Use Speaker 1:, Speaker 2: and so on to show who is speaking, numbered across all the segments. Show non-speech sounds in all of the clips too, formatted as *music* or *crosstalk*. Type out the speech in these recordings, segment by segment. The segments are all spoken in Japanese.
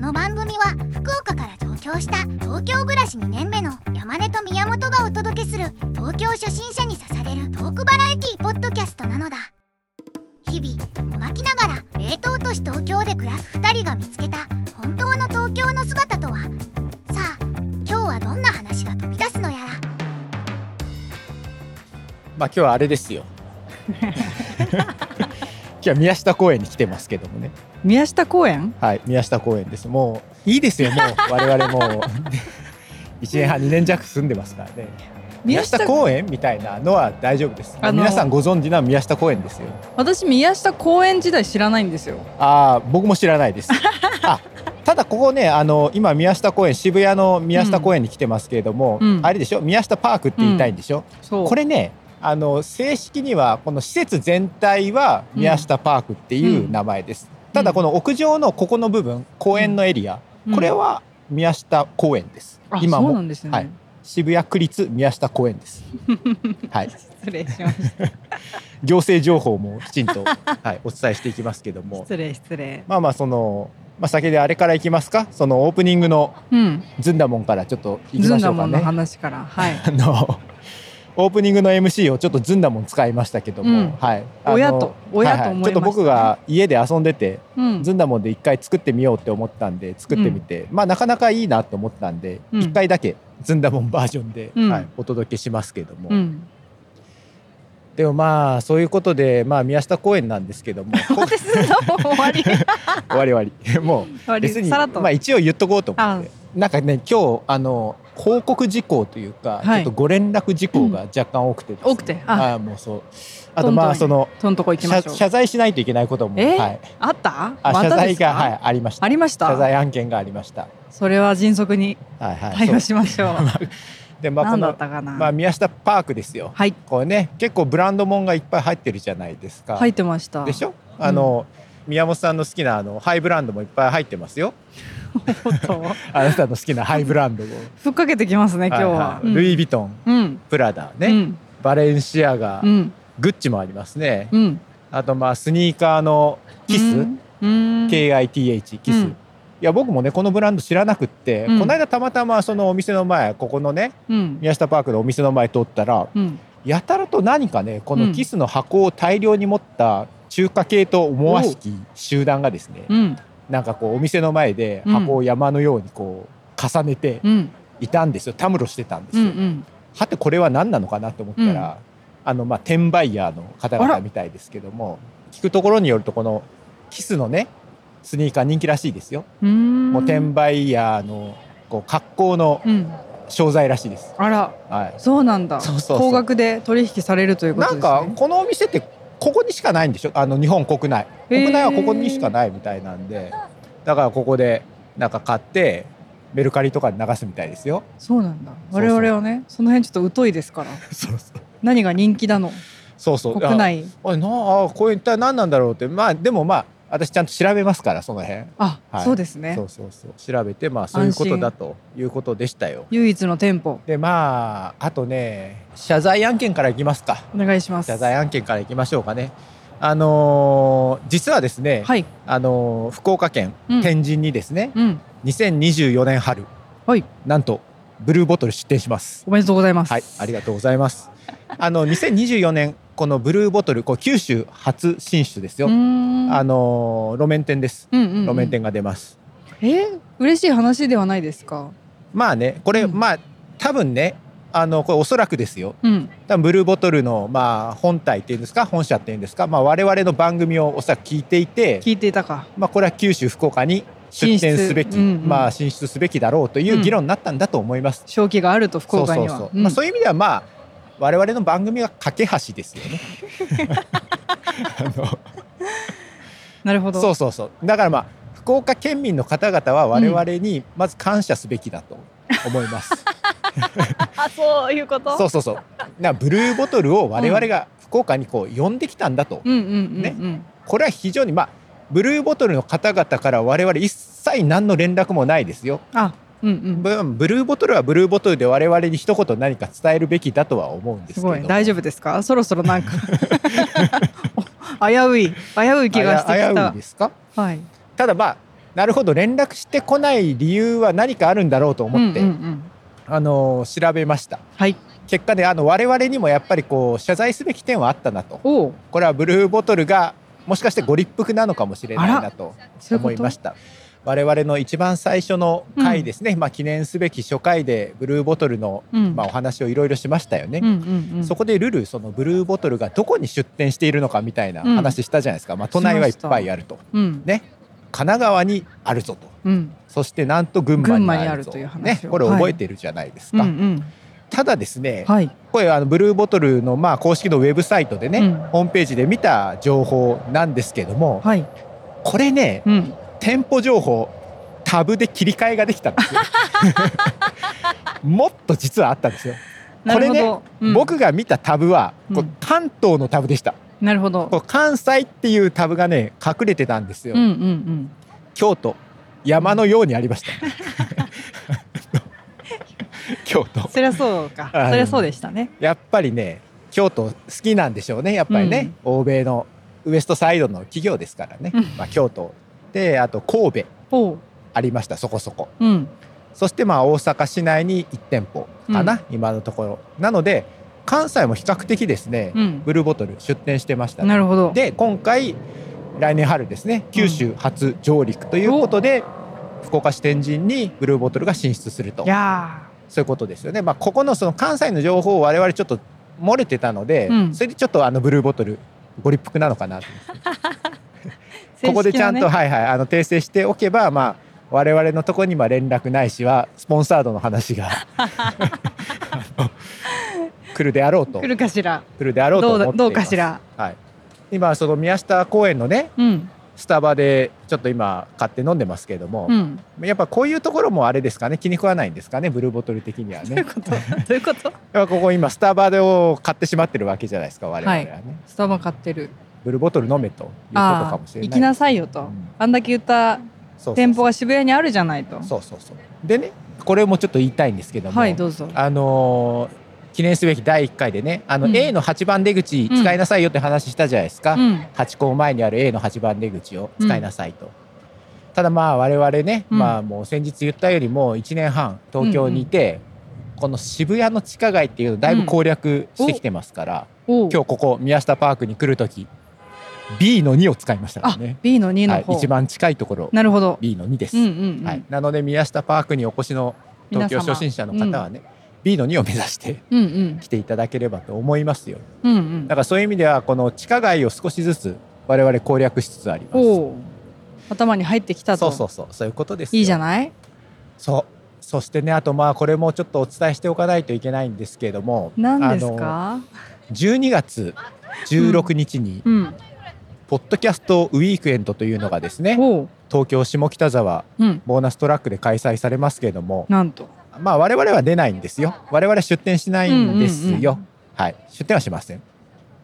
Speaker 1: の番組は福岡から上京した東京暮らし2年目の山根と宮本がお届けする東京初心者に刺されるトークバラエティポッドキャストなのだ日々もがきながら冷凍都市東京で暮らす2人が見つけた本当の東京の姿とはさあ今日はどんな話が飛び出すのやら
Speaker 2: まあ今日はあれです
Speaker 3: *laughs*
Speaker 2: よ。今日は宮下公園に来てますけどもね。
Speaker 3: 宮下公園
Speaker 2: はい、宮下公園です。もういいですよ。もう
Speaker 3: *laughs*
Speaker 2: 我々もう *laughs* 一年半二年弱住んでますからね。宮下公園みたいなのは大丈夫です。
Speaker 3: あの
Speaker 2: 皆さんご存知な宮下公園ですよ。
Speaker 3: 私宮下公園時代知らないんですよ
Speaker 2: ああ、僕も知ら
Speaker 3: *laughs*
Speaker 2: ないです。あ、ただここね、あの今宮下公園渋谷の宮下公園に来てますけれども、
Speaker 3: うん
Speaker 2: あれでしょ。宮下パークって言いたいんでしょ。
Speaker 3: そう
Speaker 2: これねあの正式にはこの施設全体は宮下パークっていう名前です、ただこの屋上のここの部分公園のエリア、
Speaker 3: うん
Speaker 2: これは宮下公園です、
Speaker 3: あ
Speaker 2: 今
Speaker 3: そうな
Speaker 2: も
Speaker 3: んですね、
Speaker 2: はい渋谷区立宮下公園です
Speaker 3: *laughs*
Speaker 2: はい
Speaker 3: 失礼しました
Speaker 2: 行政情報もきちん
Speaker 3: *laughs*
Speaker 2: と、はい、お伝えしていきますけども
Speaker 3: 失礼失礼
Speaker 2: まあまあその、まあ、先であれからいきますかそのオープニングの
Speaker 3: うん
Speaker 2: ずんだもんからちょっといき
Speaker 3: ず
Speaker 2: ま
Speaker 3: ん
Speaker 2: し
Speaker 3: だ
Speaker 2: ょう
Speaker 3: も
Speaker 2: か
Speaker 3: んの
Speaker 2: ね
Speaker 3: 話からはい
Speaker 2: あのオープニングの MC をちょっとずんだもん使いましたけども、
Speaker 3: うん
Speaker 2: はい、
Speaker 3: 親
Speaker 2: あの
Speaker 3: と親と思いましたね
Speaker 2: ちょっと僕が家で遊んでて、
Speaker 3: うん
Speaker 2: ずんだもんで一回作ってみようって思ったんで作ってみて、まあなかなかいいなと思ったんで
Speaker 3: うん
Speaker 2: 一、回だけずんだもんバージョンで、
Speaker 3: うん
Speaker 2: はい、お届けしますけども、
Speaker 3: うん
Speaker 2: でもまあそういうことでまあ宮下公園なんですけど
Speaker 3: *laughs*
Speaker 2: もこ
Speaker 3: 私ずんだもん終わり終
Speaker 2: 終わり終わりも
Speaker 3: わ
Speaker 2: う
Speaker 3: り
Speaker 2: 別に
Speaker 3: さらっと、
Speaker 2: まあ一応言っとこうと思ってなんかね今日あの報告事項というか、
Speaker 3: はい
Speaker 2: ちょっとご連絡事項が若干多くてですね、
Speaker 3: 多くてあ
Speaker 2: ああもうそうあとまあ
Speaker 3: ど
Speaker 2: そ
Speaker 3: んど
Speaker 2: の
Speaker 3: そのとこ行きま
Speaker 2: 謝
Speaker 3: しょう
Speaker 2: 謝罪しないといけないことも、
Speaker 3: えー
Speaker 2: はい、
Speaker 3: あった
Speaker 2: あ
Speaker 3: ま
Speaker 2: 謝
Speaker 3: たで
Speaker 2: 罪
Speaker 3: すか
Speaker 2: が、はい、ありました
Speaker 3: ありました
Speaker 2: 謝罪案件がありました
Speaker 3: それは迅速に
Speaker 2: はいはい
Speaker 3: 対
Speaker 2: そ
Speaker 3: 応
Speaker 2: う
Speaker 3: しましょう
Speaker 2: でまあこ
Speaker 3: 何だっ
Speaker 2: の
Speaker 3: たかな、
Speaker 2: まあ宮下パークですよ
Speaker 3: はい
Speaker 2: これね結構ブランドもんがいっぱい入ってるじゃないですか、
Speaker 3: 入ってました
Speaker 2: でしょあの、宮本さんの好きなあのハイブランドもいっぱい入ってますよ。
Speaker 3: おっと
Speaker 2: あなたの好きなハイブランドを
Speaker 3: ふっかけてきますね今日は、
Speaker 2: いいルイ・ヴィトン、
Speaker 3: うん
Speaker 2: プラダ
Speaker 3: う
Speaker 2: ね、
Speaker 3: ん
Speaker 2: バレンシアガ、
Speaker 3: うん
Speaker 2: グッチもありますね。
Speaker 3: うん
Speaker 2: あとまあスニーカーのキス、
Speaker 3: うんうん
Speaker 2: KITH キス、
Speaker 3: うん
Speaker 2: いや僕もねこのブランド知らなくって、
Speaker 3: うん
Speaker 2: この間たまたまそのお店の前ここのね
Speaker 3: うん
Speaker 2: 宮下パークのお店の前通ったら
Speaker 3: うん
Speaker 2: やたらと何かねこ
Speaker 3: う
Speaker 2: の
Speaker 3: ん
Speaker 2: キスの箱を大量に持った中華系と思わしき集団がですね、
Speaker 3: うん
Speaker 2: なんかこうお店の前で
Speaker 3: うん
Speaker 2: 箱を山のようにこう重ねて
Speaker 3: うん
Speaker 2: いたんですよたむろしてたんです
Speaker 3: う
Speaker 2: よ。
Speaker 3: ん
Speaker 2: はてこれは何なのかなと思ったら、あのまあ転売ヤーの方
Speaker 3: あ
Speaker 2: 々
Speaker 3: ら
Speaker 2: みたいですけども聞くところによるとこのキスのねスニーカー人気らしいですよ、
Speaker 3: うん
Speaker 2: もう転売ヤーのこう格好の
Speaker 3: うん
Speaker 2: 商材らしいです、
Speaker 3: あら
Speaker 2: はい、
Speaker 3: そうなんだ
Speaker 2: そうそうそう
Speaker 3: 高額で取引されるというこ
Speaker 2: な
Speaker 3: とです
Speaker 2: ん
Speaker 3: ね
Speaker 2: かこのお店ってここにしかないんでしょあの日本国内
Speaker 3: へー
Speaker 2: 国内はここにしかないみたいなんでだからここでなんか買ってメルカリとかに流すみたいです
Speaker 3: *laughs*
Speaker 2: よ
Speaker 3: そうなんだ
Speaker 2: そう
Speaker 3: 我々はねその辺ちょっと疎いですから
Speaker 2: そうそう
Speaker 3: 何が人気なの
Speaker 2: そうそう
Speaker 3: 国内
Speaker 2: あなあこれ一体何なんだろうってまあでもまあ私ちゃんと調べますからその辺、
Speaker 3: あ
Speaker 2: はい
Speaker 3: そうですね
Speaker 2: そうそうそう調べてまあそういうこと
Speaker 3: 安心
Speaker 2: だということでしたよ
Speaker 3: 唯一の店舗
Speaker 2: でまああとね謝罪案件からいきますか
Speaker 3: お願いします
Speaker 2: 謝罪案件からいきましょうかねあのー実はですね、
Speaker 3: はい
Speaker 2: あのー福岡県
Speaker 3: うん
Speaker 2: 天神にですね、
Speaker 3: うん
Speaker 2: 2024年春、
Speaker 3: はい
Speaker 2: なんとブルーボトル出店します
Speaker 3: おめでとうございます
Speaker 2: はい、ありがとうございます。あの2024年このブルーボトルこう九州初進出ですよ。
Speaker 3: うーん
Speaker 2: あのー路面店です。
Speaker 3: うんうんうん
Speaker 2: 路面店が出ます。
Speaker 3: えー嬉しい話ではないですか
Speaker 2: まあね、これ、
Speaker 3: うん
Speaker 2: まあ多分ね、あのこれおそらくですよ。
Speaker 3: うん
Speaker 2: 多分ブルーボトルのまあ本体っていうんですか、本社っていうんですか、まあ我々の番組をおそらく聞いていて、
Speaker 3: 聞いていたか
Speaker 2: まあこれは九州福岡に出店
Speaker 3: 進出
Speaker 2: すべき、
Speaker 3: うんうん
Speaker 2: まあ進出すべきだろうという議論になったんだと思います。
Speaker 3: 正気があると福岡には
Speaker 2: そうそうそう、
Speaker 3: ん
Speaker 2: まあ、そういう意味ではまあ我々の番組が架け橋ですよね。あの
Speaker 3: なるほど
Speaker 2: そうそうそうだからまあ福岡県民の方々は我々にまず感謝すべきだと思います。
Speaker 3: あそういうこと
Speaker 2: そうそうそうなブルーボトルを我々が福岡にこう呼んできたんだと、
Speaker 3: うんうんうんうん、
Speaker 2: ねこれは非常にまあブルーボトルの方々から我々一切何の連絡もないですよ。
Speaker 3: あうんうん
Speaker 2: ブブルーボトルはブルーボトルで我々に一言何か伝えるべきだとは思うんですけ
Speaker 3: す
Speaker 2: ど
Speaker 3: ごい大丈夫ですかそろそろなんか
Speaker 2: *laughs*
Speaker 3: お危うい危うい気がしてき
Speaker 2: あや危うい
Speaker 3: た
Speaker 2: ですか
Speaker 3: はい
Speaker 2: ただまあなるほど連絡してこない理由は何かあるんだろうと思って、
Speaker 3: うんうんうん
Speaker 2: あの調べました
Speaker 3: はい。
Speaker 2: 結果であの我々にもやっぱりこう謝罪すべき点はあったなと
Speaker 3: おお。
Speaker 2: これはブルーボトルがもしかしてご立腹なのかもしれないなと
Speaker 3: そういうこ
Speaker 2: 思
Speaker 3: と
Speaker 2: いました我々の一番最初の回ですね、まあ、記念すべき初回でブルーボトルの、
Speaker 3: うん。
Speaker 2: まあ、お話をいろいろしましたよね、
Speaker 3: うんうんうん。
Speaker 2: そこでルルそのブルーボトルがどこに出店しているのかみたいな話したじゃないですか、まあ、都内はいっぱいあると
Speaker 3: うん。
Speaker 2: ね神奈川にあるぞと
Speaker 3: うん。
Speaker 2: そしてなんと群馬にあるぞ
Speaker 3: 群馬にあるという
Speaker 2: ね
Speaker 3: 話を
Speaker 2: これ覚えてるじゃないです
Speaker 3: うん
Speaker 2: か、
Speaker 3: うん。
Speaker 2: ただですね、
Speaker 3: はい。
Speaker 2: これあのブルーボトルのまあ公式のウェブサイトでね、
Speaker 3: うん
Speaker 2: ホームページで見た情報なんですけども、
Speaker 3: はい。
Speaker 2: これね
Speaker 3: うん。
Speaker 2: 店舗情報タブで切り替えができたん
Speaker 3: *laughs*
Speaker 2: ですよもっと実はあったんですよ、
Speaker 3: なるほど。うん
Speaker 2: 僕が見たタブはこ
Speaker 3: う
Speaker 2: うん関東のタブでした、
Speaker 3: なるほど。
Speaker 2: こう関西っていうタブがね隠れてたんですよ、
Speaker 3: うんうんうん。
Speaker 2: 京都山のようにありま
Speaker 3: *laughs*
Speaker 2: した京都
Speaker 3: そりゃそうか。
Speaker 2: あの
Speaker 3: そりゃそうでしたね。
Speaker 2: やっぱりね京都好きなんでしょうねやっぱりね、欧米のウエストサイドの企業ですからね、
Speaker 3: うん
Speaker 2: まあ、京都であと神戸
Speaker 3: おう。
Speaker 2: ありましたそこそこ
Speaker 3: うん。
Speaker 2: そしてまあ大阪市内に1店舗かな、今のところなので関西も比較的ですね、
Speaker 3: うん。
Speaker 2: ブルーボトル出店してましたね、
Speaker 3: なるほど。
Speaker 2: で今回来年春ですね九州初上陸ということで、福岡市天神にブルーボトルが進出すると
Speaker 3: いや
Speaker 2: そういうことですよね。まあ、ここのその関西の情報を我々ちょっと漏れてたので、
Speaker 3: うん
Speaker 2: それでちょっとあのブルーボトルご立腹なのかなと、
Speaker 3: ー
Speaker 2: ここでちゃんと、
Speaker 3: 正式
Speaker 2: はいはいあの訂正しておけばまあ我々のとこにまあ連絡ないしはスポンサードの話
Speaker 3: *laughs*
Speaker 2: があの来るであろうと
Speaker 3: なね来るかしら。
Speaker 2: 来るであろうと
Speaker 3: ど
Speaker 2: 思
Speaker 3: う
Speaker 2: ってい
Speaker 3: だ
Speaker 2: ます
Speaker 3: どうかし、ら。
Speaker 2: はい、今その宮下公園のね
Speaker 3: うん。
Speaker 2: スタバでちょっと今買って飲んでますけれども
Speaker 3: う、ん。
Speaker 2: やっぱこういうところもあれですかね気に食わないんですかねブルーボトル的には *laughs*
Speaker 3: どうい
Speaker 2: ね。
Speaker 3: うことどういうこと
Speaker 2: やっぱここ今スタバでを買ってしまってるわけじゃないですか我々はね、
Speaker 3: スタバ買ってる。
Speaker 2: ブルーボトル飲めということか
Speaker 3: ああ
Speaker 2: もしれな
Speaker 3: ー、
Speaker 2: い
Speaker 3: 行きなさいよ
Speaker 2: う
Speaker 3: と
Speaker 2: ん。
Speaker 3: あんだけ言った
Speaker 2: そうそうそう
Speaker 3: 店舗が渋谷にあるじゃないと。
Speaker 2: そうそうそうでねこれもちょっと言いたいんですけども、
Speaker 3: はい、どうぞ。
Speaker 2: あのー記念すべき第1回でねあの
Speaker 3: うん
Speaker 2: A の8番出口使いなさいよって話したじゃないですか、
Speaker 3: うん。
Speaker 2: ハチ公前にある A の8番出口を使いなさいと、ただまあ我々ね、
Speaker 3: うん
Speaker 2: まあもう先日言ったよりも1年半東京にいて、この渋谷の地下街っていうのをだいぶ攻略してきてますから、
Speaker 3: おう
Speaker 2: 今日ここ宮下パークに来るとき B の2を使いましたからね、
Speaker 3: B の2
Speaker 2: は
Speaker 3: の
Speaker 2: い、
Speaker 3: 方。
Speaker 2: 一番近いところ
Speaker 3: なるほど。
Speaker 2: B の2です、
Speaker 3: うんうんうん。
Speaker 2: はい、なので宮下パークにお越しの東京初心者の方はね、B の2を目指して
Speaker 3: うんうん
Speaker 2: 来ていただければと思いますよ
Speaker 3: うんうん
Speaker 2: だ。からそういう意味ではこの地下街を少しずつ我々攻略しつつあります
Speaker 3: おう頭に入ってきた
Speaker 2: そ
Speaker 3: と。
Speaker 2: うそうそうそういうことですよ
Speaker 3: いいじ
Speaker 2: い
Speaker 3: ゃない
Speaker 2: そうそしてねあとまあこれもちょっとお伝えしておかないといけないんですけれども
Speaker 3: 何です
Speaker 2: あの
Speaker 3: か
Speaker 2: 12月16日に、
Speaker 3: うん。
Speaker 2: ポッドキャストウィークエンドというのがですね
Speaker 3: おう。
Speaker 2: 東京下北沢
Speaker 3: うん。
Speaker 2: ボーナストラックで開催されますけれども
Speaker 3: なんと。
Speaker 2: まあ我々は出ないんですよ我々は出店しないんですよ、
Speaker 3: うんうん
Speaker 2: はい出店はしません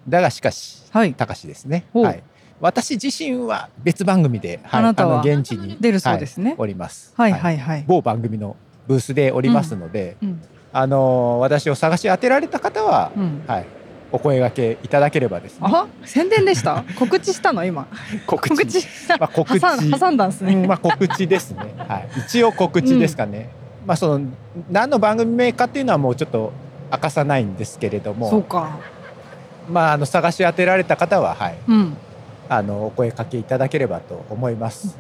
Speaker 2: だがしかし
Speaker 3: はい。
Speaker 2: たかしですね
Speaker 3: ほう
Speaker 2: はい私自身は別番組で、はい、
Speaker 3: あなたは
Speaker 2: の現地に
Speaker 3: 出るそうですね。
Speaker 2: おります
Speaker 3: はいはいはい。
Speaker 2: 某番組のブースでおりますので、
Speaker 3: うん
Speaker 2: あのー私を探し当てられた方は、
Speaker 3: うん。
Speaker 2: はいお声掛けいただければですね
Speaker 3: あ宣伝で *laughs* した。告知したの今。
Speaker 2: 告
Speaker 3: 告知した。
Speaker 2: まあ告知
Speaker 3: 挟ん挟んだんで
Speaker 2: う
Speaker 3: す
Speaker 2: ん
Speaker 3: ね。
Speaker 2: まあ告知ですね。はい、一応告知ですかね。まあその何の番組名かっていうのはもうちょっと明かさないんですけれど
Speaker 3: そう
Speaker 2: も、
Speaker 3: か。
Speaker 2: まああの探し当てられた方ははい、
Speaker 3: うん。
Speaker 2: あのお声かけいただければと思います。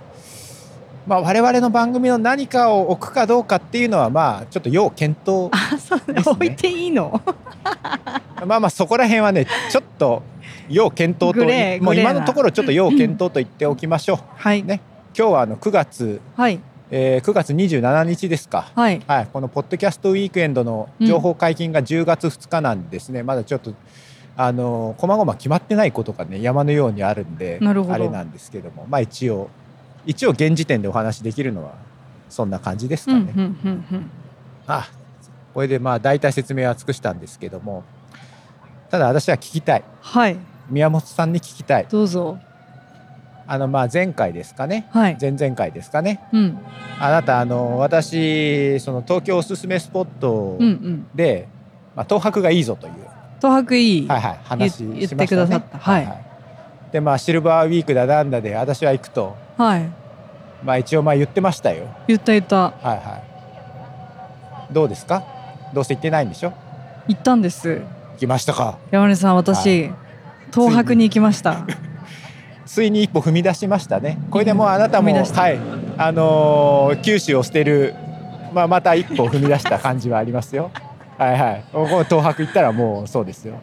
Speaker 2: まあ我々の番組の何かを置くかどうかっていうのはまあちょっと要検討。
Speaker 3: あ、そうね。
Speaker 2: ですね
Speaker 3: 置いていいの。
Speaker 2: まあまあそこら辺はねちょっと要検討と
Speaker 3: グレー
Speaker 2: もう
Speaker 3: グレーな
Speaker 2: 今のところちょっと要検討と言っておきましょう。
Speaker 3: はい
Speaker 2: ね今日はあの9月、
Speaker 3: はい
Speaker 2: えー、9月27日ですか。
Speaker 3: はい。
Speaker 2: はい、このポッドキャストウィークエンドの情報解禁が10月2日なんですね、まだちょっと、あのー、細々決まってないことがね、山のようにあるんで、
Speaker 3: なるほど
Speaker 2: あれなんですけども、まあ一応、一応現時点でお話しできるのは、そんな感じです
Speaker 3: う
Speaker 2: か
Speaker 3: んう
Speaker 2: ね。
Speaker 3: んうんうん。
Speaker 2: あ、これでまあ大体説明は尽くしたんですけども、ただ私は聞きたい。
Speaker 3: はい。
Speaker 2: 宮本さんに聞きたい。
Speaker 3: どうぞ。
Speaker 2: あの、まあ前回ですかね、
Speaker 3: はい。
Speaker 2: 前々回ですかね、
Speaker 3: うん
Speaker 2: あなた、あのー、私、その東京おすすめスポットを、
Speaker 3: うんうん。
Speaker 2: で、まあ、東博がいいぞという、
Speaker 3: 東博いい
Speaker 2: は。いはい、話しま
Speaker 3: 言
Speaker 2: したね。
Speaker 3: 言ってくださったはい
Speaker 2: でまあシルバーウィークだなんだで私は行くと
Speaker 3: はい。
Speaker 2: まあ一応まあ言ってましたよ
Speaker 3: 言った言った
Speaker 2: はいはいどうですかどうせ行ってないんでしょ
Speaker 3: 言ったんです
Speaker 2: 行きましたか
Speaker 3: 山根さん私、東博に行きました
Speaker 2: ついに一歩踏み出しましたねこれでもうあなたも
Speaker 3: 踏み出した
Speaker 2: はいあのー九州を捨てる、まあ、また一歩踏み出した感じはありますよはいはいこの東博行ったらもうそうですよよ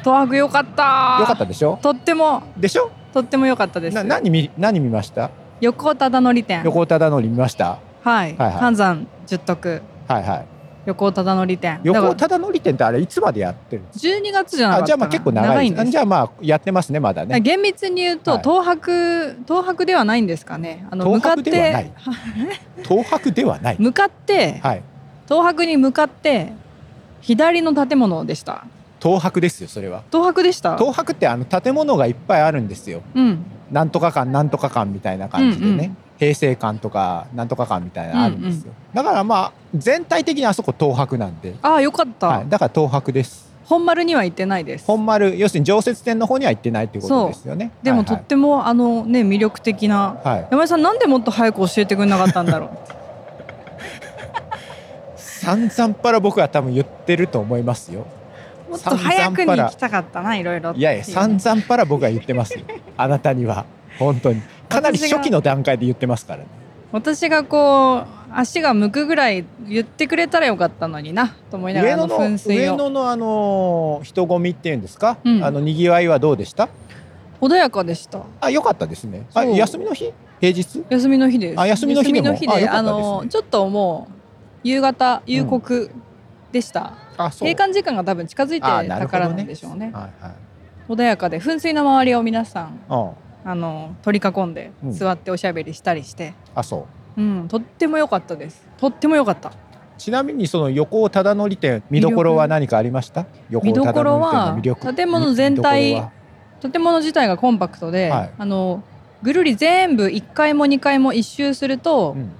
Speaker 3: 東博良かった
Speaker 2: かったでしょ
Speaker 3: とっても
Speaker 2: でしょ
Speaker 3: とっても良かったです
Speaker 2: な何見何見ました
Speaker 3: 横尾忠則店
Speaker 2: 横尾忠則見ました
Speaker 3: はい、
Speaker 2: はいはい
Speaker 3: 半山十徳
Speaker 2: はいはい
Speaker 3: 横尾忠則店だ
Speaker 2: 横
Speaker 3: か
Speaker 2: 尾
Speaker 3: ら
Speaker 2: 忠則店ってあれいつまでやってるんです
Speaker 3: 12月じゃな
Speaker 2: かあ
Speaker 3: かった
Speaker 2: じゃあ
Speaker 3: かな
Speaker 2: まあ結構長い
Speaker 3: んです
Speaker 2: じゃあまあやってますねまだね
Speaker 3: 厳密に言うと、
Speaker 2: はい
Speaker 3: 東博東博ではないんですかねあの
Speaker 2: 東
Speaker 3: 向かっ
Speaker 2: 博
Speaker 3: て
Speaker 2: ではない東博ではない
Speaker 3: *laughs* 向かって、
Speaker 2: はい
Speaker 3: 東博に向かって左の建物でした
Speaker 2: 東博ですよそれは
Speaker 3: 東博でした
Speaker 2: 東博ってあの建物がいっぱいあるんですよ
Speaker 3: うん
Speaker 2: なんとか館なんとか館みたいな感じでね、
Speaker 3: うんうん
Speaker 2: 平成館とかなんとか館みたいなのあるんですよ、だからまあ全体的にあそこ東博なんで、
Speaker 3: ああよかった、
Speaker 2: はい、だから東博です
Speaker 3: 本丸には行ってないです
Speaker 2: 本丸要するに常設店の方には行ってないっていうことですよね
Speaker 3: でも、
Speaker 2: はいはい
Speaker 3: とってもあのね魅力的な
Speaker 2: はい、
Speaker 3: 山根さんなんでもっと早く教えてくれなかったんだろう
Speaker 2: 散々パラ僕は多分言ってると思いますよ *laughs*
Speaker 3: もっと早くに行きたかったないろいろって
Speaker 2: いやいや散々パラ僕は言って
Speaker 3: *laughs*
Speaker 2: ますよあなたには本当にかなり初期の段階で言ってますからね
Speaker 3: 私がこう足が向くぐらい言ってくれたらよかったのになと思いながら
Speaker 2: 上野
Speaker 3: あの
Speaker 2: の
Speaker 3: 噴水
Speaker 2: 上
Speaker 3: を
Speaker 2: 野のあの人混みっていうんですか、
Speaker 3: うん
Speaker 2: あの賑わいはどうでした
Speaker 3: 穏やかでした
Speaker 2: あ、良かったですね。あ、
Speaker 3: そう
Speaker 2: 休みの日？平日？
Speaker 3: 休みの日です
Speaker 2: あ休みの日でも
Speaker 3: 休み
Speaker 2: あ
Speaker 3: の
Speaker 2: よ
Speaker 3: 日で
Speaker 2: かった
Speaker 3: あ
Speaker 2: ですね
Speaker 3: のちょっともう夕方夕刻でした、
Speaker 2: あ、そ
Speaker 3: 閉館時間が多分近づいて
Speaker 2: あ
Speaker 3: たからなんでしょうね
Speaker 2: はいはい。
Speaker 3: 穏やかで噴水の周りを皆さん
Speaker 2: あ、
Speaker 3: あの取り囲んで
Speaker 2: うん
Speaker 3: 座っておしゃべりしたりして、
Speaker 2: あ、そう。
Speaker 3: うんとっても良かったですとっても良かった
Speaker 2: ちなみにその横尾忠則店見どころは何かありました？横尾
Speaker 3: 見ど
Speaker 2: 忠則
Speaker 3: こ
Speaker 2: 店
Speaker 3: ろ
Speaker 2: の
Speaker 3: は
Speaker 2: 魅力。
Speaker 3: 建物全体
Speaker 2: 見どこ
Speaker 3: 建物自体がコンパクトで、
Speaker 2: はい
Speaker 3: あのぐるり全部1階も2階も1周すると、
Speaker 2: ろはうん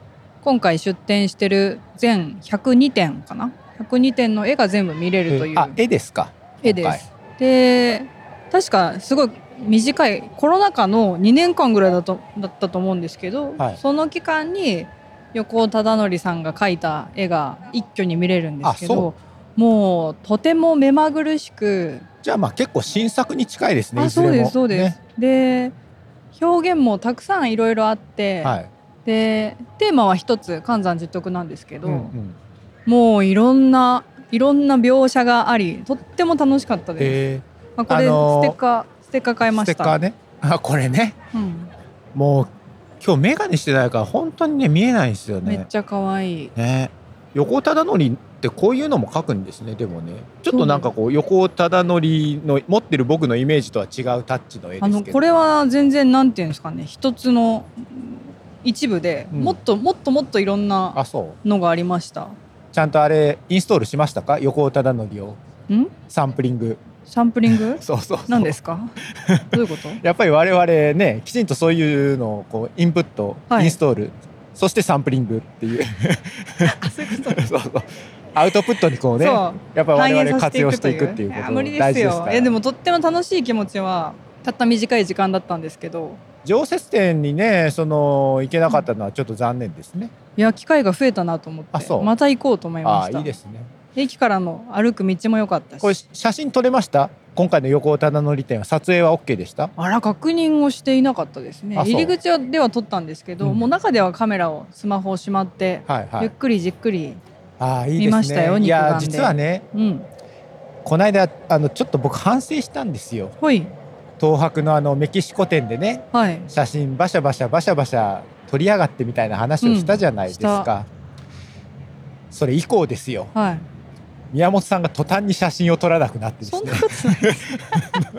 Speaker 3: 今回出展してる全102点かな102点の絵が全部見れるとい
Speaker 2: え
Speaker 3: う
Speaker 2: あ、絵ですか？
Speaker 3: 絵です。で確かすごい短いコロナ禍の2年間ぐらいだとだったと思うんですけど、
Speaker 2: はい
Speaker 3: その期間に横尾忠則さんが描いた絵が一挙に見れるんですけ
Speaker 2: あ
Speaker 3: どもうとても目まぐるしく
Speaker 2: じゃあまあ結構新作に近いですね。
Speaker 3: あ
Speaker 2: いず
Speaker 3: そ
Speaker 2: れ
Speaker 3: う
Speaker 2: も
Speaker 3: ですそうです。で表現もたくさんいろいろあって、
Speaker 2: ねはい。
Speaker 3: でテーマは一つ関山十徳なんですけど、
Speaker 2: うんうん。
Speaker 3: もういろんないろんな描写がありとっても楽しかったです。
Speaker 2: え
Speaker 3: まあ、これ、
Speaker 2: あのー
Speaker 3: ステッカーステッカー買い
Speaker 2: ー、
Speaker 3: ま
Speaker 2: ステ
Speaker 3: し
Speaker 2: ッカー
Speaker 3: た。
Speaker 2: ね。あ、これね。
Speaker 3: うん
Speaker 2: もう今日メガネしてないから本当にね見えないんですよ
Speaker 3: めっ
Speaker 2: ね。
Speaker 3: ちゃ可愛い。
Speaker 2: ね横尾忠則ってこういうのも書くんですねでもねちょっとなんかこう横尾忠則の持ってる僕のイメージとは違うタッチの絵ですけど
Speaker 3: あのこれは全然なんていうんですかね、一つのうん一部で、
Speaker 2: うん
Speaker 3: もっともっともっといろんな
Speaker 2: あそう
Speaker 3: のがありました。
Speaker 2: ちゃんとあれインストールしましたか横尾忠則を
Speaker 3: ん？
Speaker 2: サンプリング？
Speaker 3: サンプリング
Speaker 2: *laughs* そうそうそう
Speaker 3: 何ですか？どう
Speaker 2: *laughs*
Speaker 3: いうこと？
Speaker 2: やっぱり我々ねきちんとそういうのをこうインプット、
Speaker 3: はい
Speaker 2: インストールそしてサンプリングっていう *laughs*
Speaker 3: あそういうこ
Speaker 2: そうそうアウトプットにこうね
Speaker 3: そう。
Speaker 2: やっぱり
Speaker 3: 反
Speaker 2: 我
Speaker 3: 映
Speaker 2: 々
Speaker 3: さ
Speaker 2: 活
Speaker 3: せてい
Speaker 2: 用
Speaker 3: く
Speaker 2: していくっていう
Speaker 3: い
Speaker 2: こ
Speaker 3: や
Speaker 2: と
Speaker 3: 無理で
Speaker 2: 大
Speaker 3: す
Speaker 2: 事です
Speaker 3: よ
Speaker 2: から
Speaker 3: えでもとっても楽しい気持ちはたった短い時間だったんですけど
Speaker 2: 常設店にねその行けなかったのはちょっと残念ですね。
Speaker 3: いや機会が増えたなと思って
Speaker 2: あそう
Speaker 3: また行こうと思い
Speaker 2: あ
Speaker 3: ま
Speaker 2: あ
Speaker 3: した
Speaker 2: いいですね。
Speaker 3: 駅からの歩く道も良かったし
Speaker 2: これ写真撮れました？今回の横尾忠則店は撮影は OK でした？
Speaker 3: あら確認をしていなかったですね
Speaker 2: あそう
Speaker 3: 入り口はでは撮ったんですけど、
Speaker 2: うん
Speaker 3: もう中ではカメラをスマホをしまって、
Speaker 2: はいは
Speaker 3: ゆっ
Speaker 2: い。
Speaker 3: くりじっくり
Speaker 2: ああいいですね。
Speaker 3: 見ましたよ
Speaker 2: いや
Speaker 3: 肉眼で
Speaker 2: 実はね
Speaker 3: うん
Speaker 2: この間あのちょっと僕反省したんですよ。
Speaker 3: ほい
Speaker 2: 東博のあのメキシコ店でね
Speaker 3: はい
Speaker 2: 写真バシャバシャバシャバシャ撮りやがってみたいな話をしたじゃないです
Speaker 3: うんし
Speaker 2: か。それ以降ですよ
Speaker 3: はい
Speaker 2: 宮本さんが途端に写真を撮らなくなってです
Speaker 3: そん
Speaker 2: ね
Speaker 3: なことないです
Speaker 2: *laughs*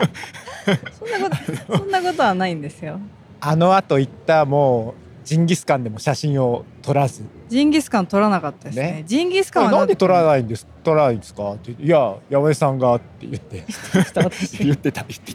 Speaker 3: そんなことそんなことはないんですよ
Speaker 2: あのあと行ったもうジンギスカンでも写真を撮らず
Speaker 3: ジンギスカン取らなかったですね
Speaker 2: ね
Speaker 3: ジンギスカンは
Speaker 2: なんで取ら
Speaker 3: い
Speaker 2: ないんです取らないんですかっていや山根さんがって言って
Speaker 3: *laughs*
Speaker 2: 言ってた言って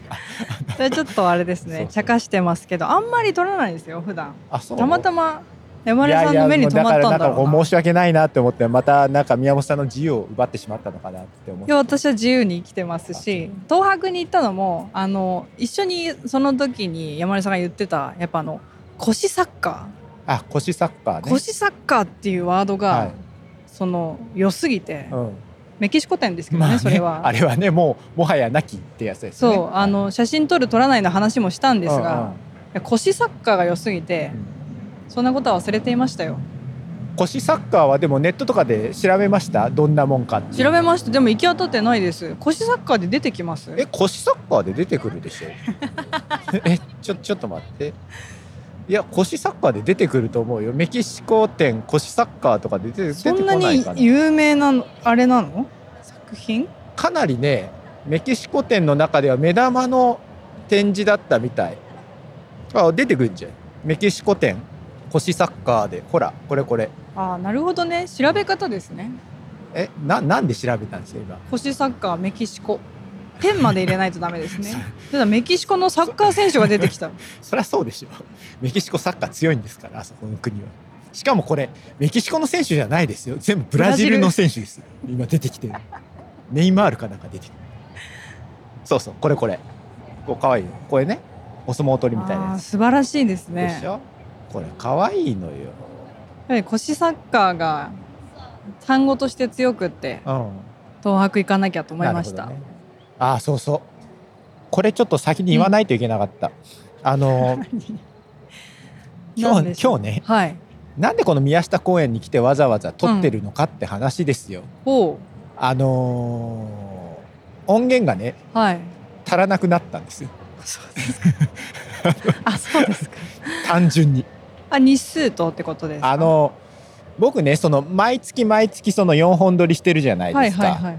Speaker 2: た
Speaker 3: ちょっとあれです
Speaker 2: そう
Speaker 3: ね
Speaker 2: そう
Speaker 3: ちゃかしてますけどあんまり取らないですよ普段
Speaker 2: あそう
Speaker 3: たまた
Speaker 2: ま
Speaker 3: ま山根さんの目に留まった
Speaker 2: だから
Speaker 3: んだろ
Speaker 2: な
Speaker 3: うん
Speaker 2: か
Speaker 3: な
Speaker 2: こ
Speaker 3: いう
Speaker 2: 申し訳ないなって思ってまたなんか宮本さんの自由を奪ってしまったのかなって思って
Speaker 3: や私は自由に生きてますし東博に行ったのもあの一緒にその時に山根さんが言ってたやっぱあの腰サッカー
Speaker 2: あ腰サッカーね
Speaker 3: 腰サッカーっていうワードが、
Speaker 2: はい
Speaker 3: その良すぎて、
Speaker 2: うん
Speaker 3: メキシコ店ですけどね、
Speaker 2: まあね
Speaker 3: それは
Speaker 2: あれはねもうもはやなきってやつです
Speaker 3: そう、
Speaker 2: よね
Speaker 3: あの写真撮る撮らないの話もしたんです
Speaker 2: うんうん
Speaker 3: が、いや腰サッカーが良すぎてそんなことは忘れていましたよ
Speaker 2: 腰サッカーはでもネットとかで調べましたどんなもんかっていう
Speaker 3: 調べましたでも行き当たってないです腰サッカーで出てきます
Speaker 2: え腰サッカーで出てくるでしょ *laughs* えちょちょっと待っていや腰サッカーで出てくると思うよメキシコ店腰サッカーとかで出て出て
Speaker 3: そ
Speaker 2: こ
Speaker 3: んな
Speaker 2: ない
Speaker 3: に
Speaker 2: かな
Speaker 3: 有名なのあれなの作品
Speaker 2: かなりねメキシコ店の中では目玉の展示だったみたいあ出てくるんじゃんメキシコ店腰サッカーでほらこれこれ
Speaker 3: ああなるほどね調べ方ですね
Speaker 2: えななんで調べたんですか今
Speaker 3: 腰サッカーメキシコペンまで入れないとダメですね *laughs* ただメキシコのサッカー選手が出てき *laughs* た
Speaker 2: そりゃそうでしょ *laughs* メキシコサッカー強いんですからあそこの国はしかもこれメキシコの選手じゃないですよ全部ブラジルの選手です今出てきてるネイマールかなんか出てきてるそうそうこれこれこう可愛いこれねお相撲取りみたいな
Speaker 3: あ
Speaker 2: や
Speaker 3: ー
Speaker 2: つ
Speaker 3: 素晴らしいですね
Speaker 2: でしょこれ可愛いのよ
Speaker 3: やはり腰サッカーが単語として強くって
Speaker 2: うん
Speaker 3: 東博行かなきゃと思いまし
Speaker 2: な
Speaker 3: た、
Speaker 2: るほどねああそうそうこれちょっと先に言わないといけなかった、あの
Speaker 3: *laughs*
Speaker 2: 今
Speaker 3: 何で
Speaker 2: 日
Speaker 3: しょ
Speaker 2: 今
Speaker 3: う
Speaker 2: 日ね
Speaker 3: はい
Speaker 2: なんでこの宮下公園に来てわざわざ撮ってるのかって話ですよ、
Speaker 3: おう
Speaker 2: あのー音源がね
Speaker 3: はい
Speaker 2: 足らなくなったんですよ
Speaker 3: そうですか *laughs* あそうですか
Speaker 2: 単純
Speaker 3: *laughs*
Speaker 2: に
Speaker 3: あ日数とってことですか
Speaker 2: あのー僕ねその毎月毎月その4本撮りしてるじゃない
Speaker 3: はい
Speaker 2: ですか、
Speaker 3: はいはい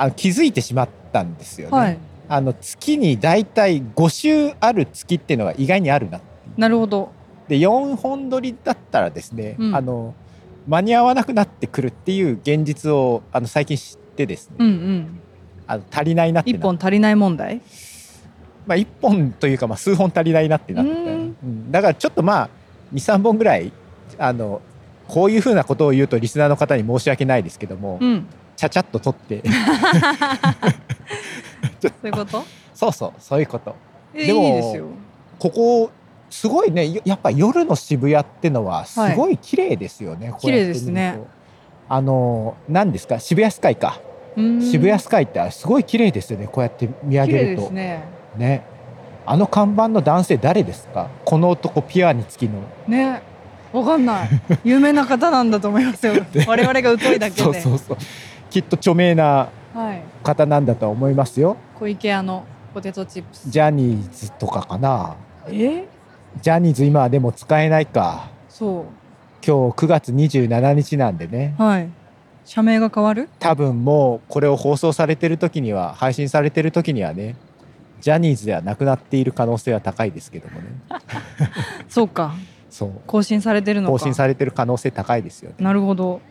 Speaker 2: あの気づいてしまったんですよね、
Speaker 3: はいはい
Speaker 2: あの月に大体5週ある月っていうのが意外にあるな
Speaker 3: なるほど
Speaker 2: で4本撮りだったらですね、
Speaker 3: うん
Speaker 2: あの間に合わなくなってくるっていう現実をあの最近知ってですね、
Speaker 3: うんうん
Speaker 2: あの足りないなって
Speaker 3: 一
Speaker 2: な
Speaker 3: 本足りない問題
Speaker 2: まあ、1本というか、まあ、数本足りないなってなって、
Speaker 3: うん
Speaker 2: うんだからちょっとまあ23本ぐらいあのこういうふうなことを言うとリスナーの方に申し訳ないですけども、
Speaker 3: うん
Speaker 2: ちゃちゃっと撮って *laughs*
Speaker 3: そういうこと
Speaker 2: そうそうそういうこと
Speaker 3: えい
Speaker 2: で
Speaker 3: い
Speaker 2: も
Speaker 3: ですよ
Speaker 2: ここすごいねよやっぱ夜の渋谷ってのはすごい綺麗ですよね、こうやって見ると
Speaker 3: 綺麗ですね
Speaker 2: あの何ですか渋谷スカイか、
Speaker 3: うん
Speaker 2: 渋谷スカイってすごい綺麗ですよねこうやって見上
Speaker 3: 綺
Speaker 2: げ
Speaker 3: 麗
Speaker 2: る
Speaker 3: で
Speaker 2: と
Speaker 3: す
Speaker 2: ね
Speaker 3: ね
Speaker 2: あの看板の男性誰ですかこの男ピアにつきの
Speaker 3: ねわかんない有名な方なんだと思いますよ我々が疎いだけで
Speaker 2: そうそうそうきっと著名な
Speaker 3: はい
Speaker 2: 方なんだとは思いますよ
Speaker 3: 小池屋のポテトチップス
Speaker 2: ジャニーズとかかな
Speaker 3: え
Speaker 2: ジャニーズ今はでも使えないか
Speaker 3: そ
Speaker 2: 今日9月27日なんでね
Speaker 3: うはい社名が変わる
Speaker 2: 多分もうこれを放送されてる時には配信されてる時にはねジャニーズではなくなっている可能性は高いですけどもね
Speaker 3: そうか
Speaker 2: そう
Speaker 3: 更新されてるのか
Speaker 2: 更新されてる可能性高いですよね
Speaker 3: なるほど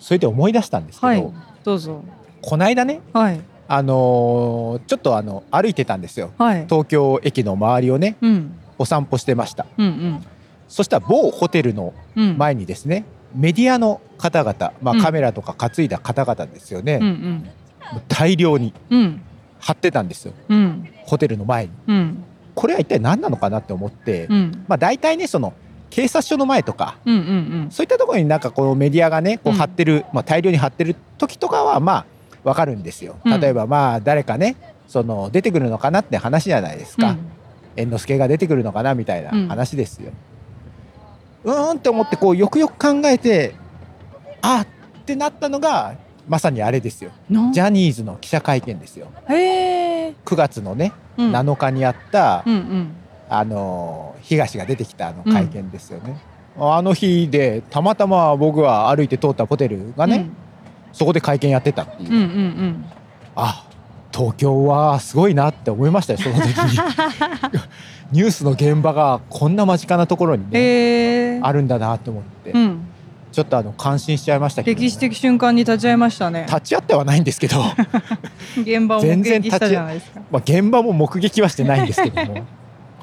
Speaker 2: それで思い出したんですけど、
Speaker 3: はいどうぞ
Speaker 2: こないだね
Speaker 3: はい
Speaker 2: あのーちょっとあの歩いてたんですよ
Speaker 3: はい
Speaker 2: 東京駅の周りをね
Speaker 3: うん
Speaker 2: お散歩してました
Speaker 3: うん
Speaker 2: そしたら某ホテルの
Speaker 3: うんうん
Speaker 2: 前にですねメディアの方々、ま
Speaker 3: うん
Speaker 2: あ、カメラとか担いだ方々ですよね、
Speaker 3: うんうん
Speaker 2: もう大量に
Speaker 3: うん
Speaker 2: 貼ってたんですよ
Speaker 3: うん
Speaker 2: ホテルの前に
Speaker 3: うん
Speaker 2: これは一体何なのかなって思って、
Speaker 3: うんうん
Speaker 2: まあ、大体ねその警察署の前とか
Speaker 3: うんうん
Speaker 2: そういったところになんかこうメディアがねこう
Speaker 3: うん
Speaker 2: 貼ってる、まあ、大量に貼ってる時とかはまあわかるんですよ
Speaker 3: うん
Speaker 2: 例えばまあ誰かねその出てくるのかなって話じゃないです
Speaker 3: う
Speaker 2: か、
Speaker 3: ん
Speaker 2: 猿之助が出てくるのかなみたいな
Speaker 3: うん
Speaker 2: 話ですよ。うーんって思ってこうよくよく考えてあってなったのがまさにあれですよ
Speaker 3: なん
Speaker 2: ジャニーズの記者会見ですよ
Speaker 3: へえ
Speaker 2: 9月のね
Speaker 3: うん
Speaker 2: 7日にあった、
Speaker 3: うんうん
Speaker 2: あのー東が出てきたあの会見ですよね。あの日でたまたま僕は歩いて通ったホテルがね、そこで会見やってたっていう、
Speaker 3: うんうんうん
Speaker 2: あ東京はすごいなって思いましたよその
Speaker 3: *laughs*
Speaker 2: 時にニュースの現場がこんな間近なところに
Speaker 3: うん
Speaker 2: ね、
Speaker 3: へえ
Speaker 2: あるんだなと思って、
Speaker 3: うん
Speaker 2: ちょっとあの感心しちゃいましたけどね、
Speaker 3: 歴史的瞬間に立ち会いましたね
Speaker 2: 立ち会ってはないんですけど *laughs* ま
Speaker 3: 現場を目撃したじゃないですか
Speaker 2: あ現場も目撃はしてないんですけども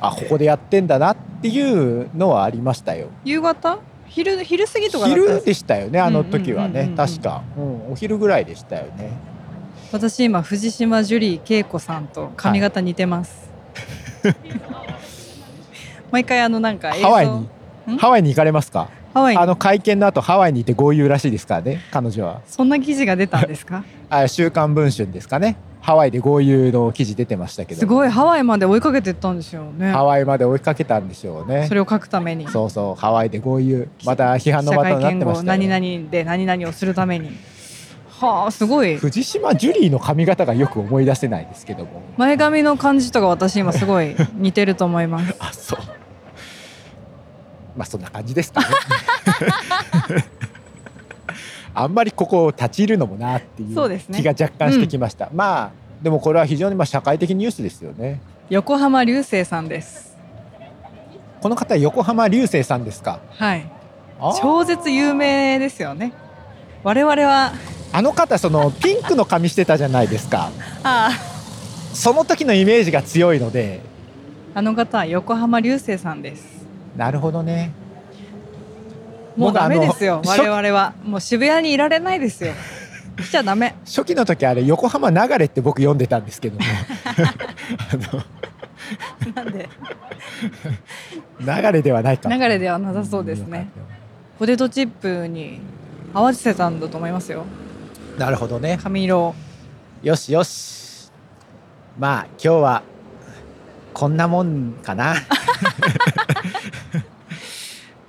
Speaker 2: あここでやってんだなっていうのはありましたよ
Speaker 3: 夕方昼昼過ぎとかだったんです
Speaker 2: 昼でしたよねあの時は
Speaker 3: うんうん
Speaker 2: ね
Speaker 3: うんうんうん
Speaker 2: 確か、うん、お昼ぐらいでしたよね
Speaker 3: 私今藤島ジュリー恵子さんと髪型似てます、毎回あのなんか映像
Speaker 2: ハワイに
Speaker 3: ん
Speaker 2: ハワイに行かれますか、
Speaker 3: ハワイ
Speaker 2: あの会見の後ハワイにいて豪遊らしいですからね彼女は
Speaker 3: そんな記事が出たんですか
Speaker 2: あ週刊文春ですかねハワイで豪遊の記事出てましたけど
Speaker 3: すごいハワイまで追いかけてったんですよね
Speaker 2: ハワイまで追いかけたんでしょうね
Speaker 3: それを書くために
Speaker 2: そうそうハワイで豪遊また批判の
Speaker 3: 社
Speaker 2: 的
Speaker 3: 会
Speaker 2: になっ
Speaker 3: 見
Speaker 2: てま
Speaker 3: 語
Speaker 2: したよ
Speaker 3: 何々で何々をするために
Speaker 2: *laughs*
Speaker 3: はあすごい
Speaker 2: 藤島ジュリーの髪型がよく思い出せないですけども
Speaker 3: 前髪の感じとか私今すごい似てると思い
Speaker 2: *laughs*
Speaker 3: ます
Speaker 2: あそうまあそんな感じです
Speaker 3: *laughs*
Speaker 2: かねあんまりここを立ち入るのもなってい
Speaker 3: そう
Speaker 2: う
Speaker 3: ですね
Speaker 2: 気が若干してきました、まあでもこれは非常にまあ社会的ニュースですよね
Speaker 3: 横浜流星さんです
Speaker 2: この方横浜流星さんですか
Speaker 3: はい
Speaker 2: あー
Speaker 3: 超絶有名ですよね我々は
Speaker 2: あの方そのピンクの髪してたじゃないですか
Speaker 3: あ
Speaker 2: その時のイメージが強いので
Speaker 3: ああの方は横浜流星さんです
Speaker 2: なるほどね
Speaker 3: もう
Speaker 2: 僕
Speaker 3: ダメですよ
Speaker 2: あの
Speaker 3: 我々はもう渋谷にいられないですよ来ちゃダメ
Speaker 2: 初期の時あれ横浜流れって僕読んでたんですけど
Speaker 3: *laughs*
Speaker 2: も
Speaker 3: なんで
Speaker 2: 流れではないか
Speaker 3: 流れではなさそうですねポテトチップに合わせてたんだと思いますよ
Speaker 2: なるほどね
Speaker 3: 髪色を
Speaker 2: よしよしまあ今日はこんなもんか
Speaker 3: *laughs*
Speaker 2: な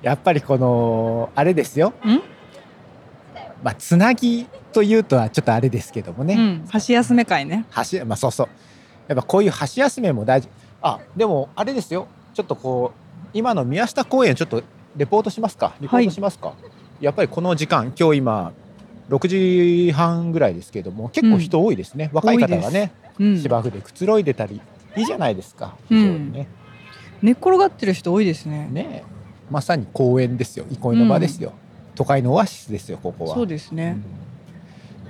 Speaker 2: やっぱりこのあれですよ
Speaker 3: ん
Speaker 2: まあつなぎというとはちょっとあれですけどもね、
Speaker 3: うん、箸休め会ね。
Speaker 2: 箸まあそうそうやっぱこういう箸休めも大事あでもあれですよちょっとこう今の宮下公園ちょっとレポートしますかレポートしますか、やっぱりこの時間今日今6時半ぐらいですけども結構人多いですね、若い方がね
Speaker 3: うん、
Speaker 2: 芝生でくつろいでたりいいじゃないですか、
Speaker 3: うん
Speaker 2: 非常にね
Speaker 3: 寝っ転がってる人多いですね。
Speaker 2: ねえまさに公園ですよ憩いの場ですよ、都会のオアシスですよここは
Speaker 3: そうです
Speaker 2: う
Speaker 3: ね。
Speaker 2: ん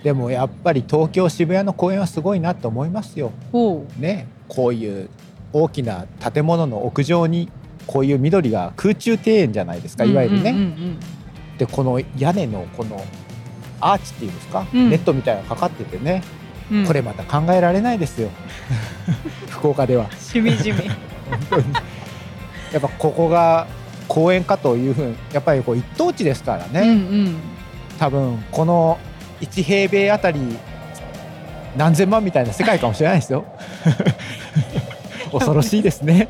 Speaker 2: でもやっぱり東京渋谷の公園はすごいなと思いますよ
Speaker 3: ほ
Speaker 2: ね、こういう大きな建物の屋上にこういう緑が空中庭園じゃないですか
Speaker 3: う。
Speaker 2: いわゆるね。
Speaker 3: うんうんうん
Speaker 2: でこの屋根のこのアーチっていうんですか、
Speaker 3: うん
Speaker 2: ネットみたいなのがかかっててね、
Speaker 3: うんうん
Speaker 2: これまた考えられないです
Speaker 3: *laughs*
Speaker 2: よ福岡では。
Speaker 3: しみ
Speaker 2: *laughs*
Speaker 3: じみ。
Speaker 2: やっぱここが公園かというふうにやっぱりこう一等地ですからね、
Speaker 3: うんうん。
Speaker 2: 多分この1平米あたり何千万みたいな世界かもしれないです
Speaker 3: *laughs*
Speaker 2: よ。恐ろしいですね。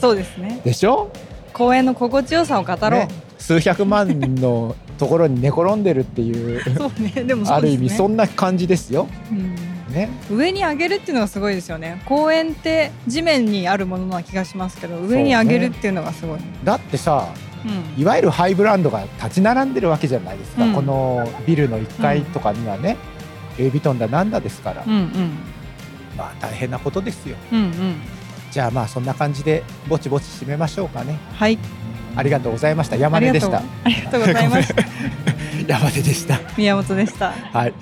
Speaker 3: そうですね。
Speaker 2: でしょ
Speaker 3: 公園の心地よさを語ろう。
Speaker 2: ね数百万のところに寝転んでるっていう
Speaker 3: *laughs* そうね。でもそ
Speaker 2: あ
Speaker 3: う
Speaker 2: る
Speaker 3: ですね。
Speaker 2: 意味そんな感じですよ。ね、
Speaker 3: うん上に上げるっていうのがすごいですよね。公園って地面にあるものな気がしますけど、上に上げるっていうのがすごい。
Speaker 2: だってさ
Speaker 3: うん
Speaker 2: いわゆるハイブランドが立ち並んでるわけじゃないですか、
Speaker 3: うん
Speaker 2: このビルの1階とかにはね、エイビトンだなんだですから、
Speaker 3: うん
Speaker 2: まあ大変なことですよ
Speaker 3: うんうんうん。
Speaker 2: じゃあまあそんな感じでぼちぼち締めましょうかね
Speaker 3: はい。
Speaker 2: ありがとうございました山
Speaker 3: あり
Speaker 2: 根
Speaker 3: が
Speaker 2: で
Speaker 3: と
Speaker 2: し
Speaker 3: う
Speaker 2: た
Speaker 3: ありがとうございました。
Speaker 2: 山根でした
Speaker 3: 宮本でした。
Speaker 2: はい